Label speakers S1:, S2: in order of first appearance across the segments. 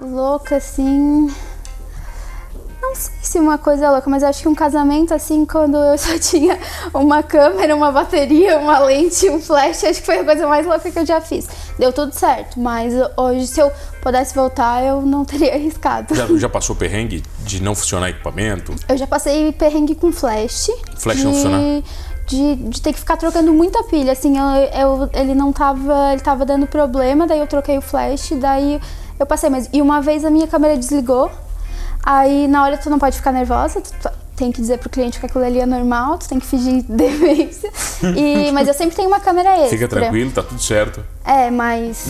S1: louca, assim. Não sei se uma coisa é louca, mas eu acho que um casamento, assim, quando eu só tinha uma câmera, uma bateria, uma lente, um flash, acho que foi a coisa mais louca que eu já fiz. Deu tudo certo, mas hoje, se eu pudesse voltar, eu não teria arriscado.
S2: Já, já passou perrengue de não funcionar equipamento?
S1: Eu já passei perrengue com flash.
S2: Flash não
S1: de-
S2: funcionar?
S1: De, de ter que ficar trocando muita pilha, assim, eu, eu- ele não tava, ele tava dando problema, daí eu troquei o flash, daí eu passei mesmo. E uma vez a minha câmera desligou, aí na hora tu não pode ficar nervosa, tu tá- tem que dizer pro cliente que aquilo ali é normal, tu tem que fingir demência. E, mas eu sempre tenho uma câmera extra.
S2: Fica tranquilo, tá tudo certo.
S1: É, mas...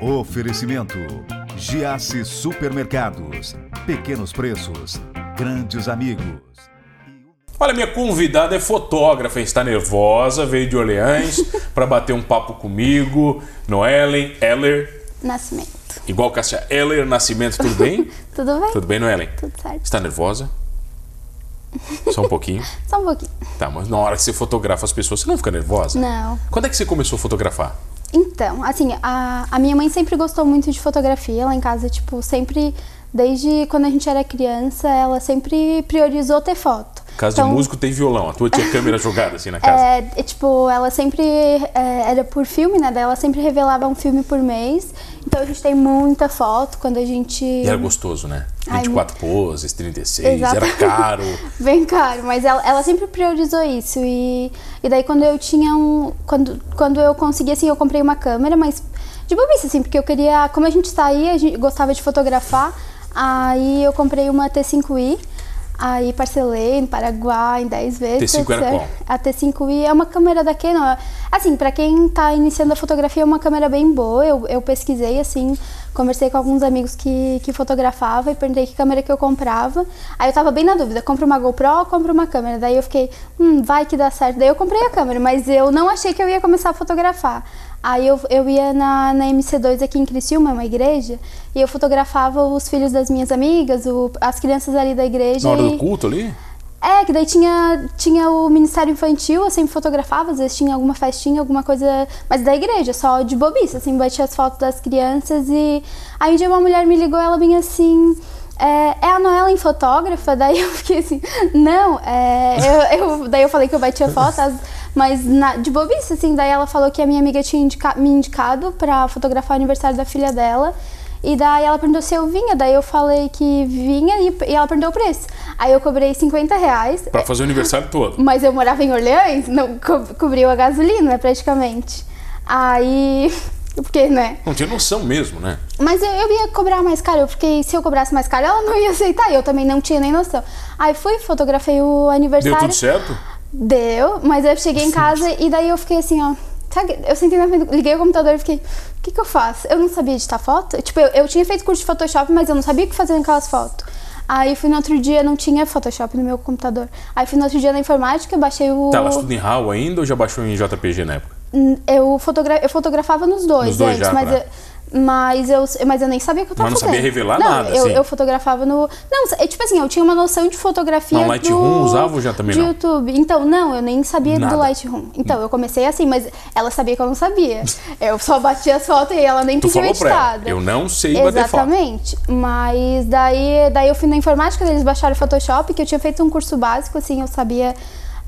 S3: Oferecimento: Giasse Supermercados. Pequenos preços, grandes amigos.
S2: Olha, minha convidada é fotógrafa, está nervosa, veio de Orleans para bater um papo comigo. Noellen Eller,
S1: Nascimento.
S2: igual Cássia Eller, Nascimento, tudo bem?
S1: Tudo bem?
S2: tudo bem, Noellen?
S1: Tudo certo.
S2: Está nervosa? Só um pouquinho.
S1: Só um pouquinho.
S2: Tá, mas na hora que você fotografa as pessoas, você não fica nervosa?
S1: Não.
S2: Quando é que você começou a fotografar?
S1: Então, assim, a, a minha mãe sempre gostou muito de fotografia lá em casa, tipo, sempre, desde quando a gente era criança, ela sempre priorizou ter foto.
S2: Caso de músico tem violão, a tua tinha câmera jogada assim na casa.
S1: Então, É, é, tipo, ela sempre é, era por filme, né? Daí ela sempre revelava um filme por mês. Então a gente tem muita foto quando a gente.
S2: E era gostoso, né?
S1: Ai,
S2: 24 poses, 36, era
S1: Exatamente.
S2: caro.
S1: Bem caro, mas ela, ela sempre priorizou isso. E, e daí quando eu tinha um. Quando, quando eu consegui, assim, eu comprei uma câmera, mas de bobice, assim, porque eu queria. Como a gente saía, a gente gostava de fotografar, aí eu comprei uma T5i. Aí parcelei no Paraguai em 10 vezes.
S2: T5 era
S1: etc.
S2: qual?
S1: A T5i é uma câmera da Canon. Assim, pra quem tá iniciando a fotografia, é uma câmera bem boa. Eu, eu pesquisei, assim, conversei com alguns amigos que, que fotografavam e perguntei que câmera que eu comprava. Aí eu tava bem na dúvida, compro uma GoPro ou compro uma câmera? Daí eu fiquei, hum, vai que dá certo. Daí eu comprei a câmera, mas eu não achei que eu ia começar a fotografar. Aí eu, eu ia na, na MC2 aqui em Criciúma, é uma igreja, e eu fotografava os filhos das minhas amigas, o- as crianças ali da igreja.
S2: Na hora
S1: e-
S2: do culto ali?
S1: é, que daí tinha, tinha o Ministério Infantil, eu sempre fotografava, às vezes tinha alguma festinha, alguma coisa, mas da igreja, só de bobice, assim, batia as fotos das crianças e... Aí um dia uma mulher me ligou, ela bem assim, é, é a Noellen fotógrafa? Daí eu fiquei assim, não, é, eu, eu- daí eu falei que eu batia foto, as- mas na- de bobice, assim, daí ela falou que a minha amiga tinha indica- me indicado pra fotografar o aniversário da filha dela, e daí ela perguntou se eu vinha, daí eu falei que vinha e, e ela perguntou o preço. Aí eu cobrei 50 reais,
S2: Pra fazer o aniversário todo.
S1: mas eu morava em Orleans, não co cobriu a gasolina né, praticamente. Aí. Porque, né?
S2: Não tinha noção mesmo, né?
S1: Mas eu, eu ia cobrar mais caro, porque se eu cobrasse mais caro, ela não ia aceitar, e eu também não tinha nem noção. Aí fui, fotografei o
S2: Deu
S1: aniversário.
S2: tudo certo?
S1: Deu, mas eu cheguei em casa e daí eu fiquei assim, ó. Sabe, eu sentei na frente, do- liguei o computador e fiquei, o que, que eu faço? Eu não sabia editar foto. Tipo, eu, eu tinha feito curso de Photoshop, mas eu não sabia o que fazer naquelas fotos. Aí fui no outro dia, não tinha Photoshop no meu computador. Aí fui no outro dia na informática, baixei o.
S2: Tá, ela estuda em RAW ainda ou já baixou em JPG na época?
S1: Hum, eu, fotogra eu fotografava nos dois,
S2: Nos dois
S1: antes,
S2: já,
S1: mas,
S2: né?
S1: eu, mas, eu, mas eu nem sabia o que eu tava
S2: Mas não
S1: fazendo.
S2: sabia revelar
S1: Não,
S2: nada,
S1: eu,
S2: assim.
S1: eu fotografava no... Não, é tipo assim, eu tinha uma noção de fotografia
S2: Mas o
S1: do...
S2: Lightroom usava já também,
S1: de
S2: não?
S1: YouTube. Então, não, eu nem sabia
S2: Nada.
S1: do Lightroom. Então, eu comecei assim, mas ela sabia que eu não sabia. eu só batia as fotos e ela nem
S2: Tu
S1: pediu
S2: falou pra ela,
S1: editada.
S2: eu não sei bater foto.
S1: Exatamente. Mas daí, daí eu fui na informática, daí eles baixaram o Photoshop, que eu tinha feito um curso básico, assim, eu sabia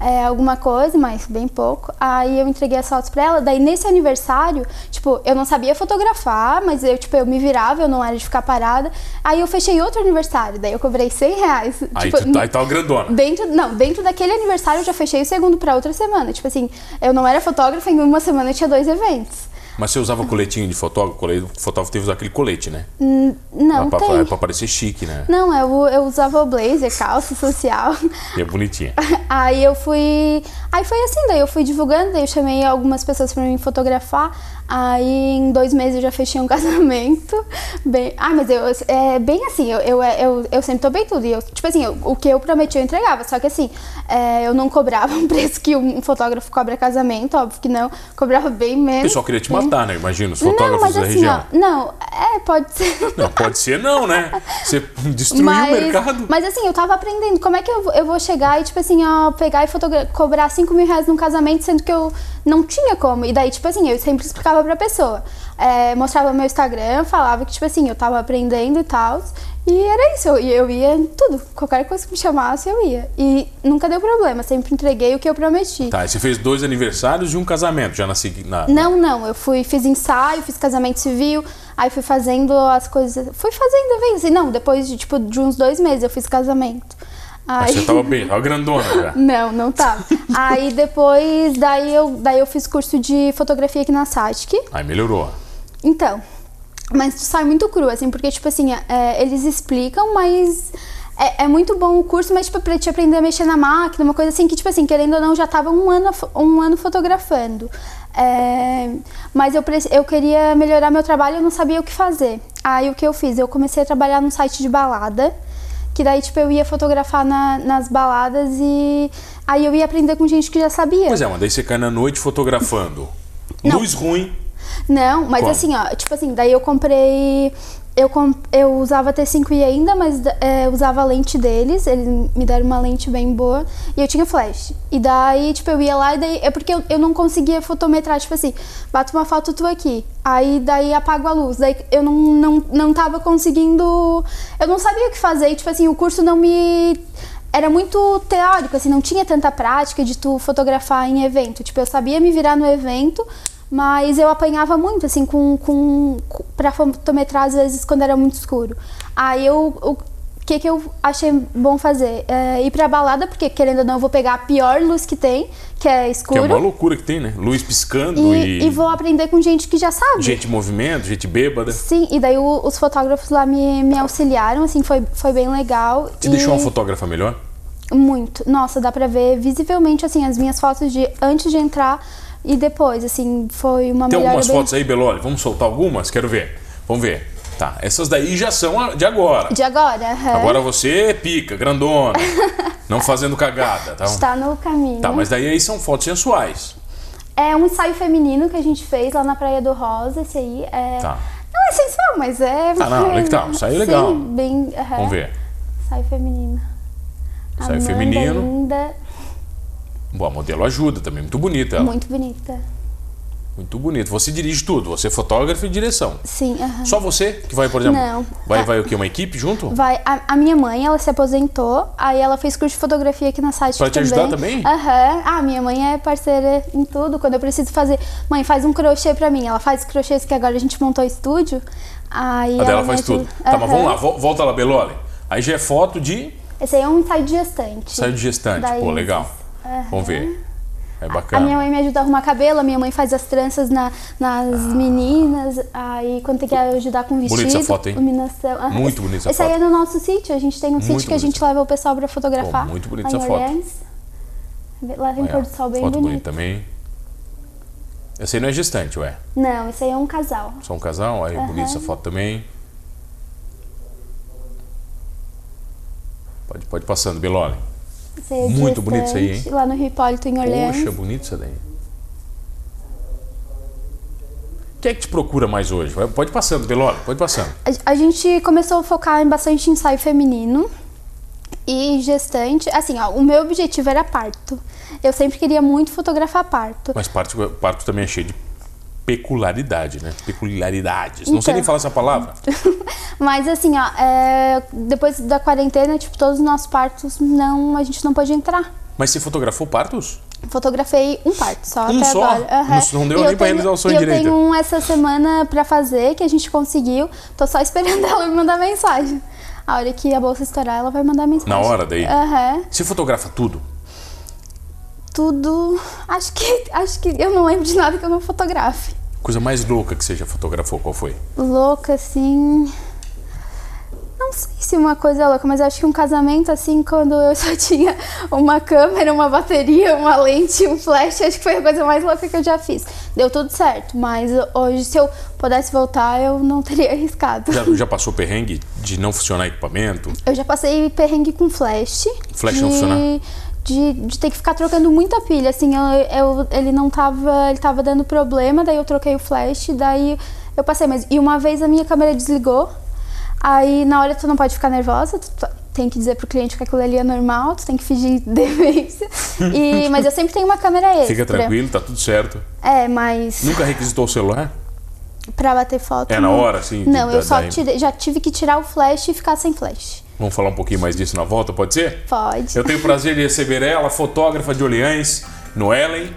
S1: é, alguma coisa, mas bem pouco. Aí eu entreguei as fotos pra ela. Daí nesse aniversário, tipo, eu não sabia fotografar, mas eu, tipo, eu me virava, eu não era de ficar parada. Aí eu fechei outro aniversário, daí eu cobrei 100 reais.
S2: Aí
S1: tipo,
S2: tu tá, aí tá grandona.
S1: Dentro, não, dentro daquele aniversário eu já fechei o segundo pra outra semana. Tipo assim, eu não era fotógrafa, em uma semana eu tinha dois eventos.
S2: Mas você usava coletinho de fotógrafo? Cole- O fotógrafo teve que usar aquele colete, né?
S1: Não,
S2: pra, é
S1: tem.
S2: pra parecer chique, né?
S1: Não, eu, eu usava o blazer, calça social.
S2: E é bonitinha.
S1: Aí eu fui. Aí foi assim, daí eu fui divulgando, daí eu chamei algumas pessoas pra me fotografar. Aí em dois meses eu já fechei um casamento. Bem, ah, mas eu é bem assim, eu, eu, eu, eu sempre topei tudo. E eu, tipo assim, eu- o que eu prometi eu entregava. Só que assim, é, eu não cobrava um preço que um fotógrafo cobra casamento, óbvio que não, cobrava bem
S2: O
S1: menos.
S2: pessoal queria te matar, né? Imagina, os
S1: Não,
S2: fotógrafos
S1: mas
S2: da
S1: assim,
S2: região.
S1: ó, não, É, pode ser.
S2: Não, pode ser não, né? Você destruiu
S1: mas,
S2: o mercado.
S1: mas assim, eu tava aprendendo. Como é que eu, vou- eu vou chegar e, tipo assim, ó, pegar e fotogra- cobrar 5 mil reais num casamento, sendo que eu não tinha como. E daí, tipo assim, eu sempre explicava pra pessoa. É, mostrava meu Instagram, falava que, tipo assim, eu tava aprendendo e tal. E era isso, eu, eu ia em tudo. Qualquer coisa que me chamasse, eu ia. E nunca deu problema, sempre entreguei o que eu prometi.
S2: Tá, e você fez dois aniversários e um casamento já na segui- na-
S1: Não, não. Eu fui, fiz ensaio, fiz casamento civil, aí fui fazendo as coisas. Fui fazendo, vez. e Não, depois de tipo de uns dois meses eu fiz casamento.
S2: Mas
S1: Aí...
S2: Você tava bem, tava grandona já.
S1: Não, não tava. aí depois, daí eu, daí eu fiz curso de fotografia aqui na Satic.
S2: Aí melhorou.
S1: Então, mas tu sai muito cru, assim, porque, tipo assim, é, eles explicam, mas é, é muito bom o curso, mas, tipo, pra te aprender a mexer na máquina, uma coisa assim, que, tipo assim, querendo ou não, já tava um ano, fo- um ano fotografando. É, mas eu, preci- eu queria melhorar meu trabalho, eu não sabia o que fazer. Aí o que eu fiz? Eu comecei a trabalhar num site de balada. Que daí, tipo, eu ia fotografar na- nas baladas e aí eu ia aprender com gente que já sabia.
S2: Pois é, mas daí você cai na noite fotografando.
S1: Não.
S2: Luz ruim.
S1: Não, mas
S2: Como?
S1: assim, ó, tipo assim, daí eu comprei. Eu, com- eu usava T5i ainda, mas é, eu usava a lente deles, eles me deram uma lente bem boa, e eu tinha flash. E daí, tipo, eu ia lá e daí. É porque eu, eu não conseguia fotometrar, tipo assim, bato uma foto tu aqui, aí daí apago a luz, daí eu não, não, não tava conseguindo. Eu não sabia o que fazer, e, tipo assim, o curso não me. Era muito teórico, assim, não tinha tanta prática de tu fotografar em evento. Tipo, eu sabia me virar no evento, mas eu apanhava muito, assim, com, com, com- pra fotometrar, às vezes, quando era muito escuro. Aí eu. O que, que eu achei bom fazer? É, ir pra balada, porque querendo ou não, eu vou pegar a pior luz que tem, que é
S2: Que é a maior
S1: escuro.
S2: loucura que tem, né? Luz piscando
S1: e,
S2: e,
S1: e vou aprender com gente que já sabe.
S2: gente em movimento, gente bêbada. Você
S1: Sim, e daí o- os fotógrafos lá me, me auxiliaram, assim, foi, foi bem legal. e...
S2: deixou uma fotógrafa melhor?
S1: Muito. Nossa, dá pra ver visivelmente, assim, as minhas fotos de antes de entrar e depois, assim, foi uma
S2: Tem
S1: melhora
S2: algumas
S1: bem-
S2: fotos aí, Beloli? Vamos soltar algumas? Quero ver. Vamos ver. Tá, essas daí já são a- de agora.
S1: de agora. aham.
S2: Agora você é pica, grandona. não fazendo cagada, tá?
S1: Está no caminho.
S2: Tá, mas daí aí são fotos sensuais.
S1: É um ensaio feminino que a gente fez lá na Praia do Rosa, esse aí. É...
S2: Tá.
S1: Não é sensual, mas é...
S2: Ah, não, legal, ensaio legal.
S1: Sim, bem... aham.
S2: Vamos ver.
S1: Ensaio feminino.
S2: Ensaio
S1: É. Amanda
S2: feminino.
S1: linda,
S2: Bom, a modelo ajuda também, muito bonita ela.
S1: muito bonita.
S2: Muito bonito. Você dirige tudo, você é fotógrafo e direção.
S1: Sim, aham.
S2: Só você que vai, por exemplo?
S1: Não.
S2: Vai,
S1: Ah.
S2: vai o quê? Uma equipe junto?
S1: Vai, a, a minha mãe, ela se aposentou, aí ela fez curso de fotografia aqui na site
S2: Pra te
S1: também.
S2: ajudar também?
S1: Aham. Ah, minha mãe é parceira em tudo. Quando eu preciso fazer, mãe, faz um crochê pra mim. Ela faz crochês que agora a gente montou estúdio. Aí
S2: A dela
S1: me
S2: faz tudo.
S1: ajuda.
S2: Tá, mas
S1: Aham.
S2: vamos lá, vo- volta lá, Beloli. Aí já é foto de
S1: Esse aí é um ensaio de gestante.
S2: saio de gestante.
S1: Da
S2: Pô,
S1: Isis.
S2: legal.
S1: Aham.
S2: Vamos ver. É
S1: Uhum. A minha
S2: bacana.
S1: mãe me ajuda a arrumar cabelo, a minha mãe faz as tranças na- nas meninas, aí quando tem que ajudar com
S2: Ah. Bonita
S1: vestido,
S2: essa foto, hein?
S1: iluminação. aham.
S2: Muito
S1: Esse-
S2: bonita essa
S1: Esse aí é
S2: foto.
S1: no nosso sítio, a gente tem um sítio que a
S2: bonita.
S1: gente leva o pessoal pra fotografar.
S2: Pô, muito bonita
S1: lá em
S2: essa foto.
S1: Orleans. Lá tem
S2: Aí, ó,
S1: pôr do sol bem
S2: foto
S1: bonito.
S2: bonita também. Essa aí não é gestante, ué.
S1: Não, esse aí é um casal.
S2: Só um casal, aí
S1: Aham.
S2: bonita essa foto também. Pode, pode passando, Beloli.
S1: Esse aí é de
S2: Muito bonito isso aí,
S1: gestante, Lá no Rio Hipólito, em Orleans.
S2: Poxa, bonito isso daí. Quem é que te procura mais hoje? Vai- Pode passando, Beloli, pode passando.
S1: A, a gente começou a focar em bastante ensaio feminino e gestante. Assim, ó, o meu objetivo era parto. Eu sempre queria muito fotografar parto.
S2: Mas parto, parto também é cheio de peculiaridade, né? Peculiaridades. Não sei
S1: Então.
S2: nem falar essa palavra.
S1: Mas assim, ó, é, depois da quarentena, tipo, todos os nossos partos não, a gente não pode entrar.
S2: Mas você fotografou partos?
S1: Fotografei um parto só
S2: Um
S1: até
S2: só?
S1: agora. Aham.
S2: Não- não deu
S1: E eu
S2: nem pra
S1: tenho-
S2: realizar o sonho
S1: e
S2: direito.
S1: Eu tenho um essa semana pra fazer que a gente conseguiu. Tô só esperando ela me mandar mensagem. A hora que a bolsa estourar, ela vai mandar mensagem.
S2: Na hora daí?
S1: Aham.
S2: Você fotografa tudo?
S1: Tudo. Acho que acho que eu não lembro de nada que eu não fotografe.
S2: Coisa mais louca que você já fotografou, qual foi?
S1: louca, assim. Não sei se uma coisa é louca, mas acho que um casamento, assim, quando eu só tinha uma câmera, uma bateria, uma lente, um flash, acho que foi a coisa mais louca que eu já fiz. Deu tudo certo, mas hoje, se eu pudesse voltar, eu não teria arriscado.
S2: Já, já passou perrengue de não funcionar equipamento?
S1: Eu já passei perrengue com flash.
S2: Flash não funcionar?
S1: De, de ter que ficar trocando muita pilha, assim, eu, eu- ele não tava, ele tava dando problema, daí eu troquei o flash, daí Eu passei mesmo. E uma vez a minha câmera desligou. Aí na hora tu não pode ficar nervosa, tu t- tem que dizer pro cliente que aquilo ali é normal, tu tem que fingir demência. E, mas eu sempre tenho uma câmera extra.
S2: Fica tranquilo, tá tudo certo.
S1: É, mas
S2: Nunca requisitou o celular?
S1: pra bater foto.
S2: É na
S1: não.
S2: hora, assim, de-
S1: Não, eu
S2: da-
S1: só
S2: da-
S1: tirei- já tive que tirar o flash e ficar sem flash.
S2: Vamos falar um pouquinho mais disso na volta, pode ser?
S1: Pode.
S2: Eu tenho o prazer de receber ela, fotógrafa de Orleans, Noellen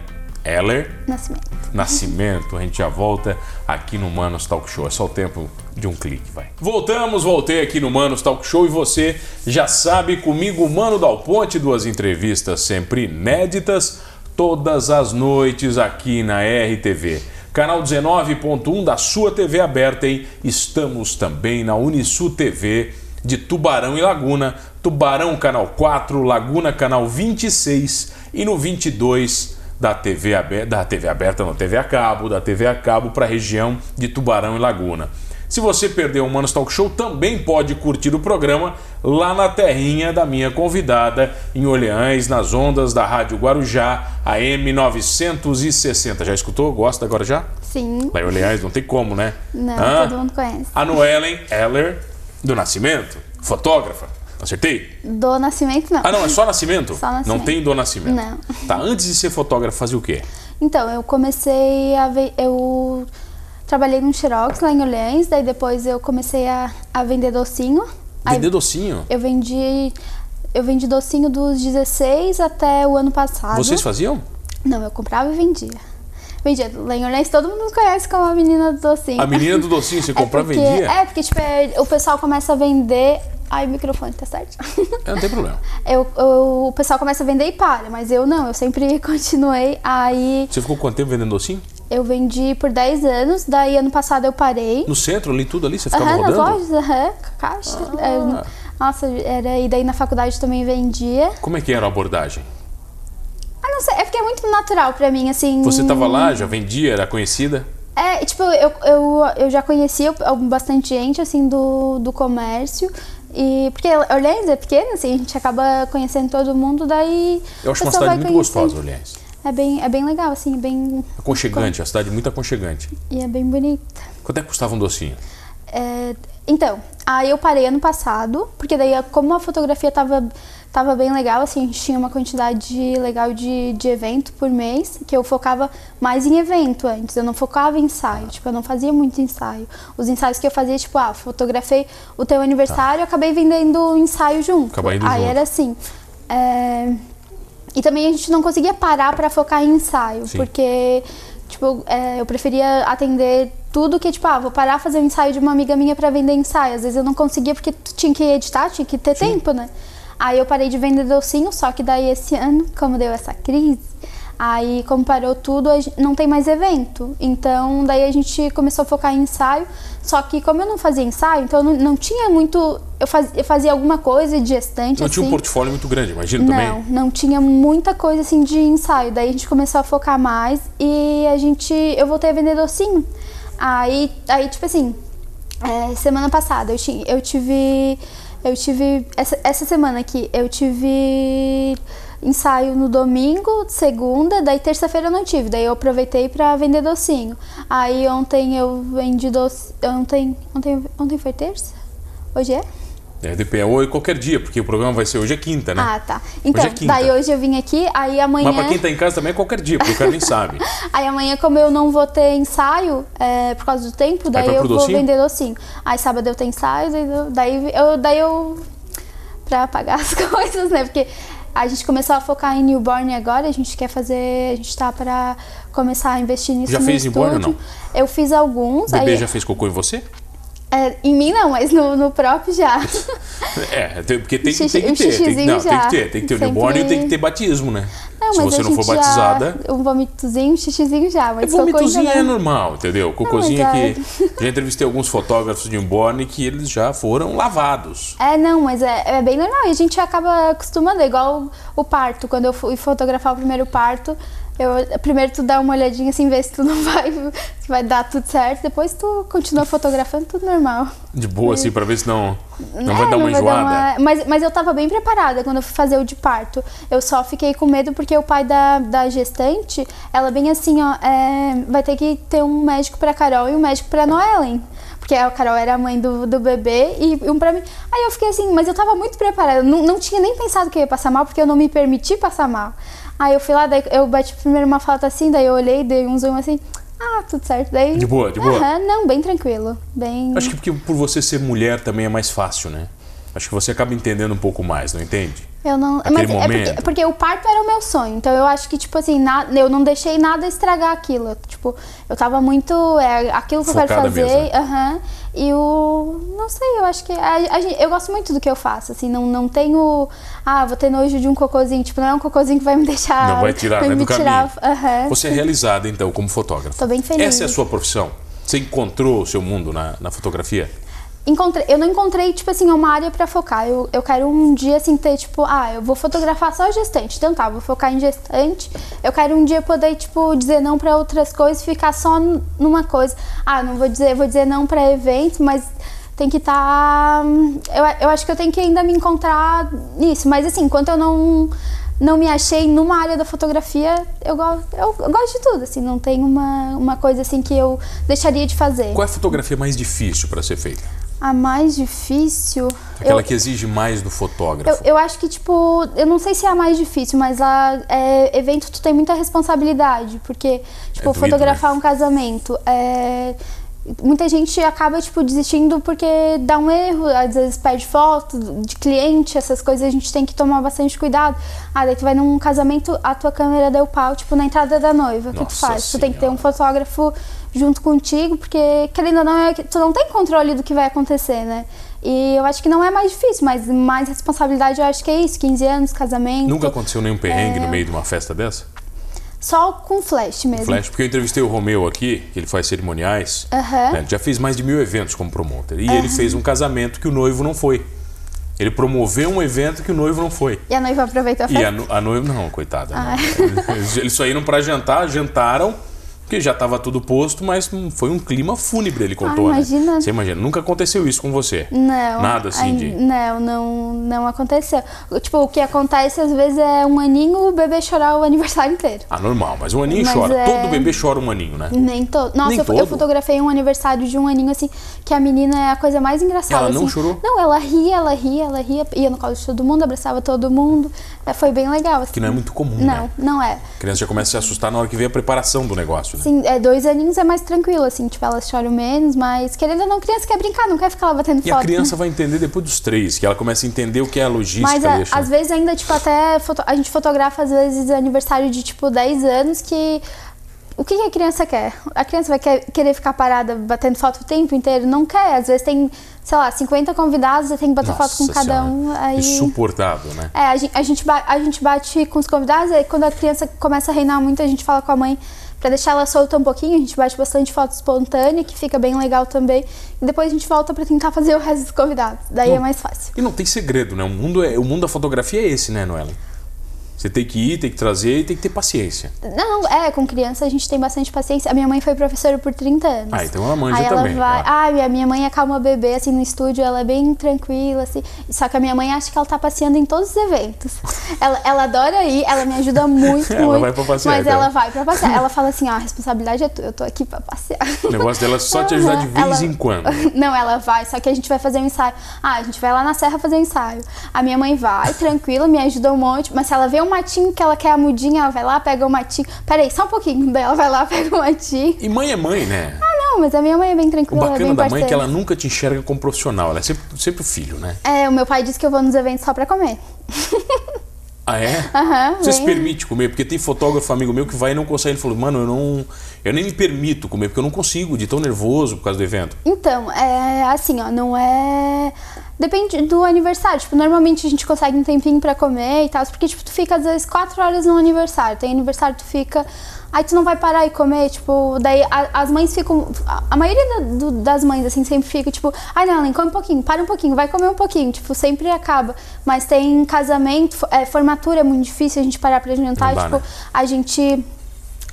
S2: Eller
S1: Nascimento.
S2: Nascimento. A gente já volta aqui no Manos Talk Show. É só o tempo de um clique, vai. Voltamos, voltei aqui no Manos Talk Show e você já sabe comigo, Mano Dal Ponte, duas entrevistas sempre inéditas, todas as noites aqui na RTV. Canal 19.1 da sua TV aberta, hein? Estamos também na Unisu TV de Tubarão e Laguna, Tubarão Canal 4, Laguna Canal 26 e no 22 da TV aberta, da TV aberta não, TV a cabo, da TV a cabo para a região de Tubarão e Laguna. Se você perdeu o Manos Talk Show, também pode curtir o programa lá na terrinha da minha convidada, em Orleans, nas ondas da Rádio Guarujá, AM 960. Já escutou? Gosta agora já?
S1: Sim.
S2: Lá em Orleans não tem como, né?
S1: Não,
S2: Hã?
S1: todo mundo conhece.
S2: A Noellen Eller do Nascimento, fotógrafa. Acertei?
S1: Do Nascimento, não.
S2: Ah, não, é só Nascimento?
S1: Só Nascimento.
S2: Não tem do Nascimento.
S1: Não.
S2: Tá, antes de ser fotógrafa, fazia o quê?
S1: Então, eu comecei a ver. Eu trabalhei num Xerox lá em Orleans, daí depois eu comecei a, a vender docinho. Aí
S2: Vender docinho.
S1: eu vendi. Eu vendi docinho dos 16 até o ano passado.
S2: Vocês faziam?
S1: Não, eu comprava e vendia. Vendia. Lá em Orleans todo mundo conhece como a menina do docinho.
S2: A menina do docinho, você comprava e
S1: É porque,
S2: vendia?
S1: É, porque tipo, é, o pessoal começa a vender. Ai, o microfone tá certo.
S2: É, não tem problema.
S1: Eu, eu- o pessoal começa a vender e para, mas eu não, eu sempre continuei. Aí
S2: Você ficou quanto tempo vendendo docinho?
S1: eu vendi por 10 anos, daí ano passado eu parei.
S2: No centro, ali, tudo ali? Você Ah. ficava
S1: Aham, nas
S2: rodando?
S1: lojas, aham, com caixa. É, nossa, era, e daí na faculdade também vendia.
S2: Como é que era a abordagem?
S1: Ah, não sei, é porque é muito natural pra mim, assim.
S2: Você tava lá, já vendia, era conhecida?
S1: É, tipo, eu, eu, eu já conhecia bastante gente, assim, do, do comércio. E porque Orleans é pequena, assim, a gente acaba conhecendo todo mundo, daí.
S2: Eu acho
S1: o
S2: uma
S1: pessoal
S2: cidade
S1: vai
S2: muito
S1: conhecendo.
S2: gostosa, aliás.
S1: É bem, é bem legal, assim, bem.
S2: Aconchegante, a cidade muito aconchegante.
S1: E é bem bonita.
S2: Quanto é que custava um docinho?
S1: É, então, aí eu parei ano passado, porque daí como a fotografia tava, tava bem legal, assim, a gente tinha uma quantidade legal de, de evento por mês, que eu focava mais em evento antes, eu não focava em ensaio, tipo, eu não fazia muito ensaio. Os ensaios que eu fazia, tipo, ah, fotografei o teu aniversário, eu acabei vendendo o ensaio junto.
S2: Acaba indo
S1: aí
S2: junto.
S1: era assim. é, e também a gente não conseguia parar pra focar em ensaio,
S2: Sim.
S1: porque tipo, é, eu preferia atender tudo que, tipo, ah, vou parar fazer um ensaio de uma amiga minha pra vender ensaio. Às vezes eu não conseguia porque tu tinha que editar, tinha que ter tempo, né? Aí eu parei de vender docinho, só que daí esse ano, como deu essa crise, aí como parou tudo, a gen- não tem mais evento. Então daí a gente começou a focar em ensaio, só que como eu não fazia ensaio, então eu não, não tinha muito... Eu, faz- eu fazia alguma coisa de gestante,
S2: Não
S1: assim.
S2: tinha um portfólio muito grande, imagina
S1: Não,
S2: também.
S1: não tinha muita coisa assim de ensaio. Daí a gente começou a focar mais e a gente. Eu voltei a vender docinho. Aí, aí tipo assim, é, semana passada eu, ti, eu tive. Eu tive. Essa, essa semana aqui, eu tive ensaio no domingo, segunda, daí terça-feira eu não tive. Daí eu aproveitei pra vender docinho. Aí ontem eu vendi doce. Ontem. Ontem, ontem foi terça? Hoje é?
S2: É, DPE ou qualquer dia, porque o programa vai ser hoje é quinta, né?
S1: Ah, tá. Então,
S2: Hoje é quinta.
S1: daí hoje eu vim aqui, aí amanhã.
S2: Mas pra quem tá em casa também é qualquer dia, porque o cara nem sabe.
S1: Aí amanhã, como eu não vou ter ensaio é, por causa do tempo, daí
S2: vai
S1: eu
S2: pro
S1: vou
S2: docinho?
S1: vender docinho. Aí sábado eu tenho ensaio, daí eu, daí eu. Daí eu pra pagar as coisas, né? Porque a gente começou a focar em newborn agora, a gente quer fazer. A gente tá pra começar a investir nisso.
S2: Já
S1: no
S2: fez newborn ou
S1: estúdio. Eu fiz
S2: O
S1: alguns.
S2: bebê
S1: aí,
S2: já fez cocô em você?
S1: é, em mim não, mas no, no próprio já.
S2: É, tem- porque tem,
S1: O xixi-
S2: tem que
S1: o
S2: ter. Tem, que- não,
S1: xixizinho
S2: tem que
S1: já.
S2: ter. Tem que ter o
S1: Sempre-
S2: newborn e tem que ter batismo, né?
S1: Não,
S2: Se
S1: mas
S2: você
S1: a
S2: não for
S1: gente já-
S2: batizada. é
S1: Um vomitozinho, um xixizinho já, mas cocô ainda
S2: Vomitozinho
S1: não.
S2: é normal, entendeu? Cocôzinho
S1: Não,
S2: que.
S1: mas
S2: Já entrevistei alguns fotógrafos de Inborn que eles já foram lavados.
S1: É, não, mas é, é bem normal. E a gente acaba acostumando, é igual o parto. Quando eu fui fotografar o primeiro parto, Eu, primeiro tu dá uma olhadinha assim, vê se tu não vai, se vai dar tudo certo. Depois tu continua fotografando, tudo normal.
S2: De boa, assim, pra ver se não, não
S1: É,
S2: vai dar uma
S1: vai
S2: enjoada.
S1: uma- Mas, mas eu tava bem preparada quando eu fui fazer o de parto. Eu só fiquei com medo porque o pai da, da gestante, ela bem assim, ó, é, vai ter que ter um médico pra Carol e um médico pra Noellen. Porque a Carol era a mãe do, do bebê e um pra mim. Aí eu fiquei assim, mas eu tava muito preparada. Eu Não, não tinha nem pensado que eu ia passar mal, porque eu não me permiti passar mal. Aí eu fui lá, daí eu bati primeiro uma foto assim, daí eu olhei, dei um zoom assim. Ah, tudo certo. Daí,
S2: De boa, de boa.
S1: Aham, não, bem tranquilo. Bem...
S2: Acho que porque por você ser mulher também é mais fácil, né? Acho que você acaba entendendo um pouco mais, não entende?
S1: Eu não.
S2: Aquele
S1: mas é porque-
S2: momento.
S1: porque, o parto era o meu sonho. Então eu acho que, tipo assim, na- eu não deixei nada estragar aquilo. Eu, Tipo, eu tava muito. É aquilo que eu
S2: Focada
S1: quero fazer.
S2: mesmo, né?
S1: aham. E o. Não sei, eu acho que. a- a gente- eu gosto muito do que eu faço, assim. Não, não tenho. Ah, vou ter nojo de um cocôzinho. Tipo, não é um cocôzinho que vai me deixar.
S2: Não vai tirar,
S1: vai
S2: né,
S1: me
S2: do caminho.
S1: tirar, aham.
S2: Você é realizada, então, como fotógrafa.
S1: Tô bem feliz.
S2: Essa é a sua profissão? Você encontrou o seu mundo na, na fotografia?
S1: Encontrei- eu não encontrei, tipo assim, uma área pra focar. Eu, eu quero um dia, assim, ter, tipo, ah, eu vou fotografar só gestante. Então tá, vou focar em gestante. Eu quero um dia poder, tipo, dizer não pra outras coisas, ficar só n- numa coisa. Ah, não vou dizer, vou dizer não pra evento, mas tem que estar. eu, a- eu acho que eu tenho que ainda me encontrar nisso. Mas assim, enquanto eu não. Não me achei numa área da fotografia, eu gosto, eu, eu gosto de tudo, assim, não tem uma, uma coisa assim que eu deixaria de fazer.
S2: Qual é a fotografia mais difícil para ser feita?
S1: A mais difícil.
S2: Aquela
S1: eu,
S2: que exige mais do
S1: eu,
S2: fotógrafo.
S1: eu acho que, tipo, eu não sei se é a mais difícil, mas lá, é, evento, tu tem muita responsabilidade, porque, tipo,
S2: doído,
S1: fotografar
S2: né?
S1: um casamento é. Muita gente acaba, tipo, desistindo porque dá um erro, às vezes perde foto de cliente, essas coisas a gente tem que tomar bastante cuidado. Ah, daí tu vai num casamento, a tua câmera deu pau, tipo, na entrada da noiva. O que tu
S2: Nossa
S1: faz? Tu tem que ter um
S2: Senhora.
S1: fotógrafo junto contigo, porque querendo ou não, é que tu não tem controle do que vai acontecer, né? E eu acho que não é mais difícil, mas mais responsabilidade eu acho que é isso, 15 anos, casamento.
S2: Nunca aconteceu nenhum perrengue
S1: É.
S2: no meio de uma festa dessa?
S1: Só com flash mesmo.
S2: Flash, porque eu entrevistei o Romeu aqui, que ele faz cerimoniais.
S1: Aham.
S2: né? Já fez mais de mil eventos como promotor. E ele fez um casamento que o noivo não foi. Ele promoveu um evento que o noivo não foi.
S1: E a noiva aproveitou a
S2: E
S1: festa.
S2: a, no- a noiva, não, coitada. não.
S1: Ah.
S2: Eles, eles só iram pra jantar, jantaram, porque já tava tudo posto, mas hum, foi um clima fúnebre, ele contou,
S1: Ah,
S2: né?
S1: imagina.
S2: Você imagina, nunca aconteceu isso com você.
S1: Não.
S2: Nada assim
S1: ai,
S2: de.
S1: Não, não, não aconteceu. Tipo, o que acontece às vezes é um aninho o bebê chorar o aniversário inteiro.
S2: Ah, normal, mas um aninho
S1: Mas
S2: chora.
S1: é-
S2: Todo bebê chora um aninho, né?
S1: Nem todo. Nossa,
S2: Nem
S1: eu, fo-
S2: todo?
S1: eu fotografei um aniversário de um aninho assim, que a menina é a coisa mais engraçada.
S2: Ela não
S1: assim.
S2: chorou?
S1: Não, ela ria, ela ria, ela ria, ia no colo de todo mundo, abraçava todo mundo. É, foi bem legal. Assim.
S2: Que não é muito comum,
S1: Não,
S2: né?
S1: não é.
S2: A criança já começa a se assustar na hora que vem a preparação do negócio, né?
S1: Assim, é, dois aninhos é mais tranquilo, assim, tipo, elas choram menos, mas querendo ou não, criança quer brincar, não quer ficar lá batendo
S2: E
S1: foto. né?
S2: a criança vai entender depois dos três, que ela começa a entender o que é a logística.
S1: Mas a-
S2: deixa-
S1: às vezes ainda, tipo, até foto- a gente fotografa, às vezes, aniversário de, tipo, 10 anos que. O que, que a criança quer? A criança vai que- querer ficar parada batendo foto o tempo inteiro? Não quer. Às vezes tem, sei lá, 50 convidados, você tem que bater foto com
S2: Nossa
S1: cada
S2: Senhora.
S1: um. Aí...
S2: Insuportável, né?
S1: É, a gente, a, gente ba- a gente bate com os convidados, aí quando a criança começa a reinar muito, a gente fala com a mãe pra deixar ela solta um pouquinho, a gente bate bastante foto espontânea, que fica bem legal também. E depois a gente volta pra tentar fazer o resto dos convidados. Daí é mais fácil.
S2: E não tem segredo, né? O mundo, é, o mundo da fotografia é esse, né, Noela? Você tem que ir, tem que trazer e tem que ter paciência.
S1: Não, é, com criança a gente tem bastante paciência. A minha mãe foi professora por 30 anos.
S2: Ah, então ela manja
S1: Aí ela
S2: também,
S1: Vai...
S2: tá?
S1: Ah, minha, minha mãe acalma bebê, assim, no estúdio, ela é bem tranquila, assim. Só que a minha mãe acha que ela tá passeando em todos os eventos. Ela, ela adora ir, ela me ajuda muito,
S2: Ela
S1: muito.
S2: vai pra passear,
S1: Mas
S2: então.
S1: ela vai pra passear. Ela fala assim, ó, a responsabilidade é tua, eu tô aqui pra passear.
S2: O negócio dela é só te ajudar de
S1: Aham,
S2: vez em quando.
S1: Não, ela vai, só que a gente vai fazer um ensaio. Ah, a gente vai lá na serra fazer um ensaio. A minha mãe vai, tranquila, me ajuda um monte, mas se ela vê um matinho que ela quer a mudinha, ela vai lá, pega o matinho. Peraí, só um pouquinho. Daí ela vai lá, pega o matinho.
S2: E mãe é mãe, né?
S1: Ah, não, mas a minha mãe é bem
S2: O
S1: tranquila, ela é
S2: bacana
S1: bem
S2: da mãe é
S1: parceira.
S2: que ela nunca te enxerga como profissional. Ela é sempre, sempre o filho, né?
S1: É, o meu pai disse que eu vou nos eventos só pra comer.
S2: Ah, é?
S1: Aham,
S2: Você se
S1: bem-
S2: permite comer? Porque tem fotógrafo amigo meu que vai e não consegue. Ele falou, mano, eu não. Eu nem me permito comer, porque eu não consigo, de tão nervoso por causa do evento.
S1: Então, é assim, ó, não é. Depende do aniversário. Tipo, normalmente a gente consegue um tempinho pra comer e tal, porque, tipo, tu fica às vezes quatro horas no aniversário. Tem aniversário, tu fica. Aí tu não vai parar e comer, tipo, daí a- as mães ficam. A, a maioria da- do- das mães, assim, sempre fica, tipo, ai, não, Ellen, come um pouquinho, para um pouquinho, vai comer um pouquinho. Tipo, sempre acaba. Mas tem casamento, fo- é, formatura é muito difícil a gente parar pra jantar,
S2: Não dá,
S1: tipo,
S2: né?
S1: a gente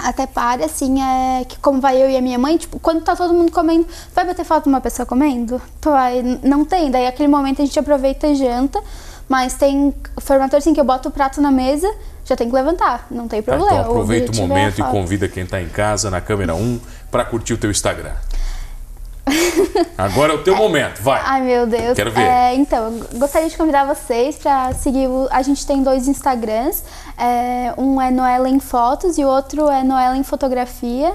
S1: até para, assim, é que como vai eu e a minha mãe, tipo, quando tá todo mundo comendo, vai bater foto de uma pessoa comendo? Tu vai, n- não tem. Daí aquele momento a gente aproveita e janta, mas tem formato assim que eu boto o prato na mesa, já tem que levantar, não tem
S2: Tá?
S1: problema.
S2: Então aproveita o
S1: objetivo é a
S2: momento e
S1: foto.
S2: convida quem tá em casa na câmera 1 pra curtir o teu Instagram. Agora é o teu momento, vai.
S1: Ai, meu Deus.
S2: Quero ver.
S1: É, então, eu gostaria de convidar vocês para seguir. o- A gente tem dois Instagrams. É, um é Noela em Fotos e o outro é Noela em Fotografia.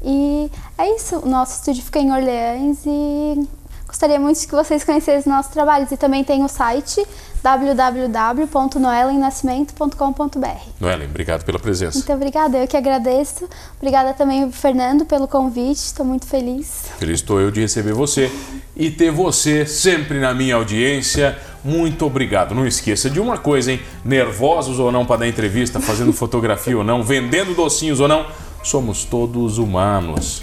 S1: E é isso. O nosso estúdio fica em Orleans e gostaria muito que vocês conhecessem nossos trabalhos. E também tem o site www.noelenascimento.com.br.
S2: Noellen, é, obrigado pela presença.
S1: Muito obrigada, eu que agradeço. Obrigada também, Fernando, pelo convite. Estou muito feliz.
S2: Feliz estou eu de receber você e ter você sempre na minha audiência. Muito obrigado. Não esqueça de uma coisa, hein? Nervosos ou não para dar entrevista, fazendo fotografia ou não, vendendo docinhos ou não, somos todos humanos.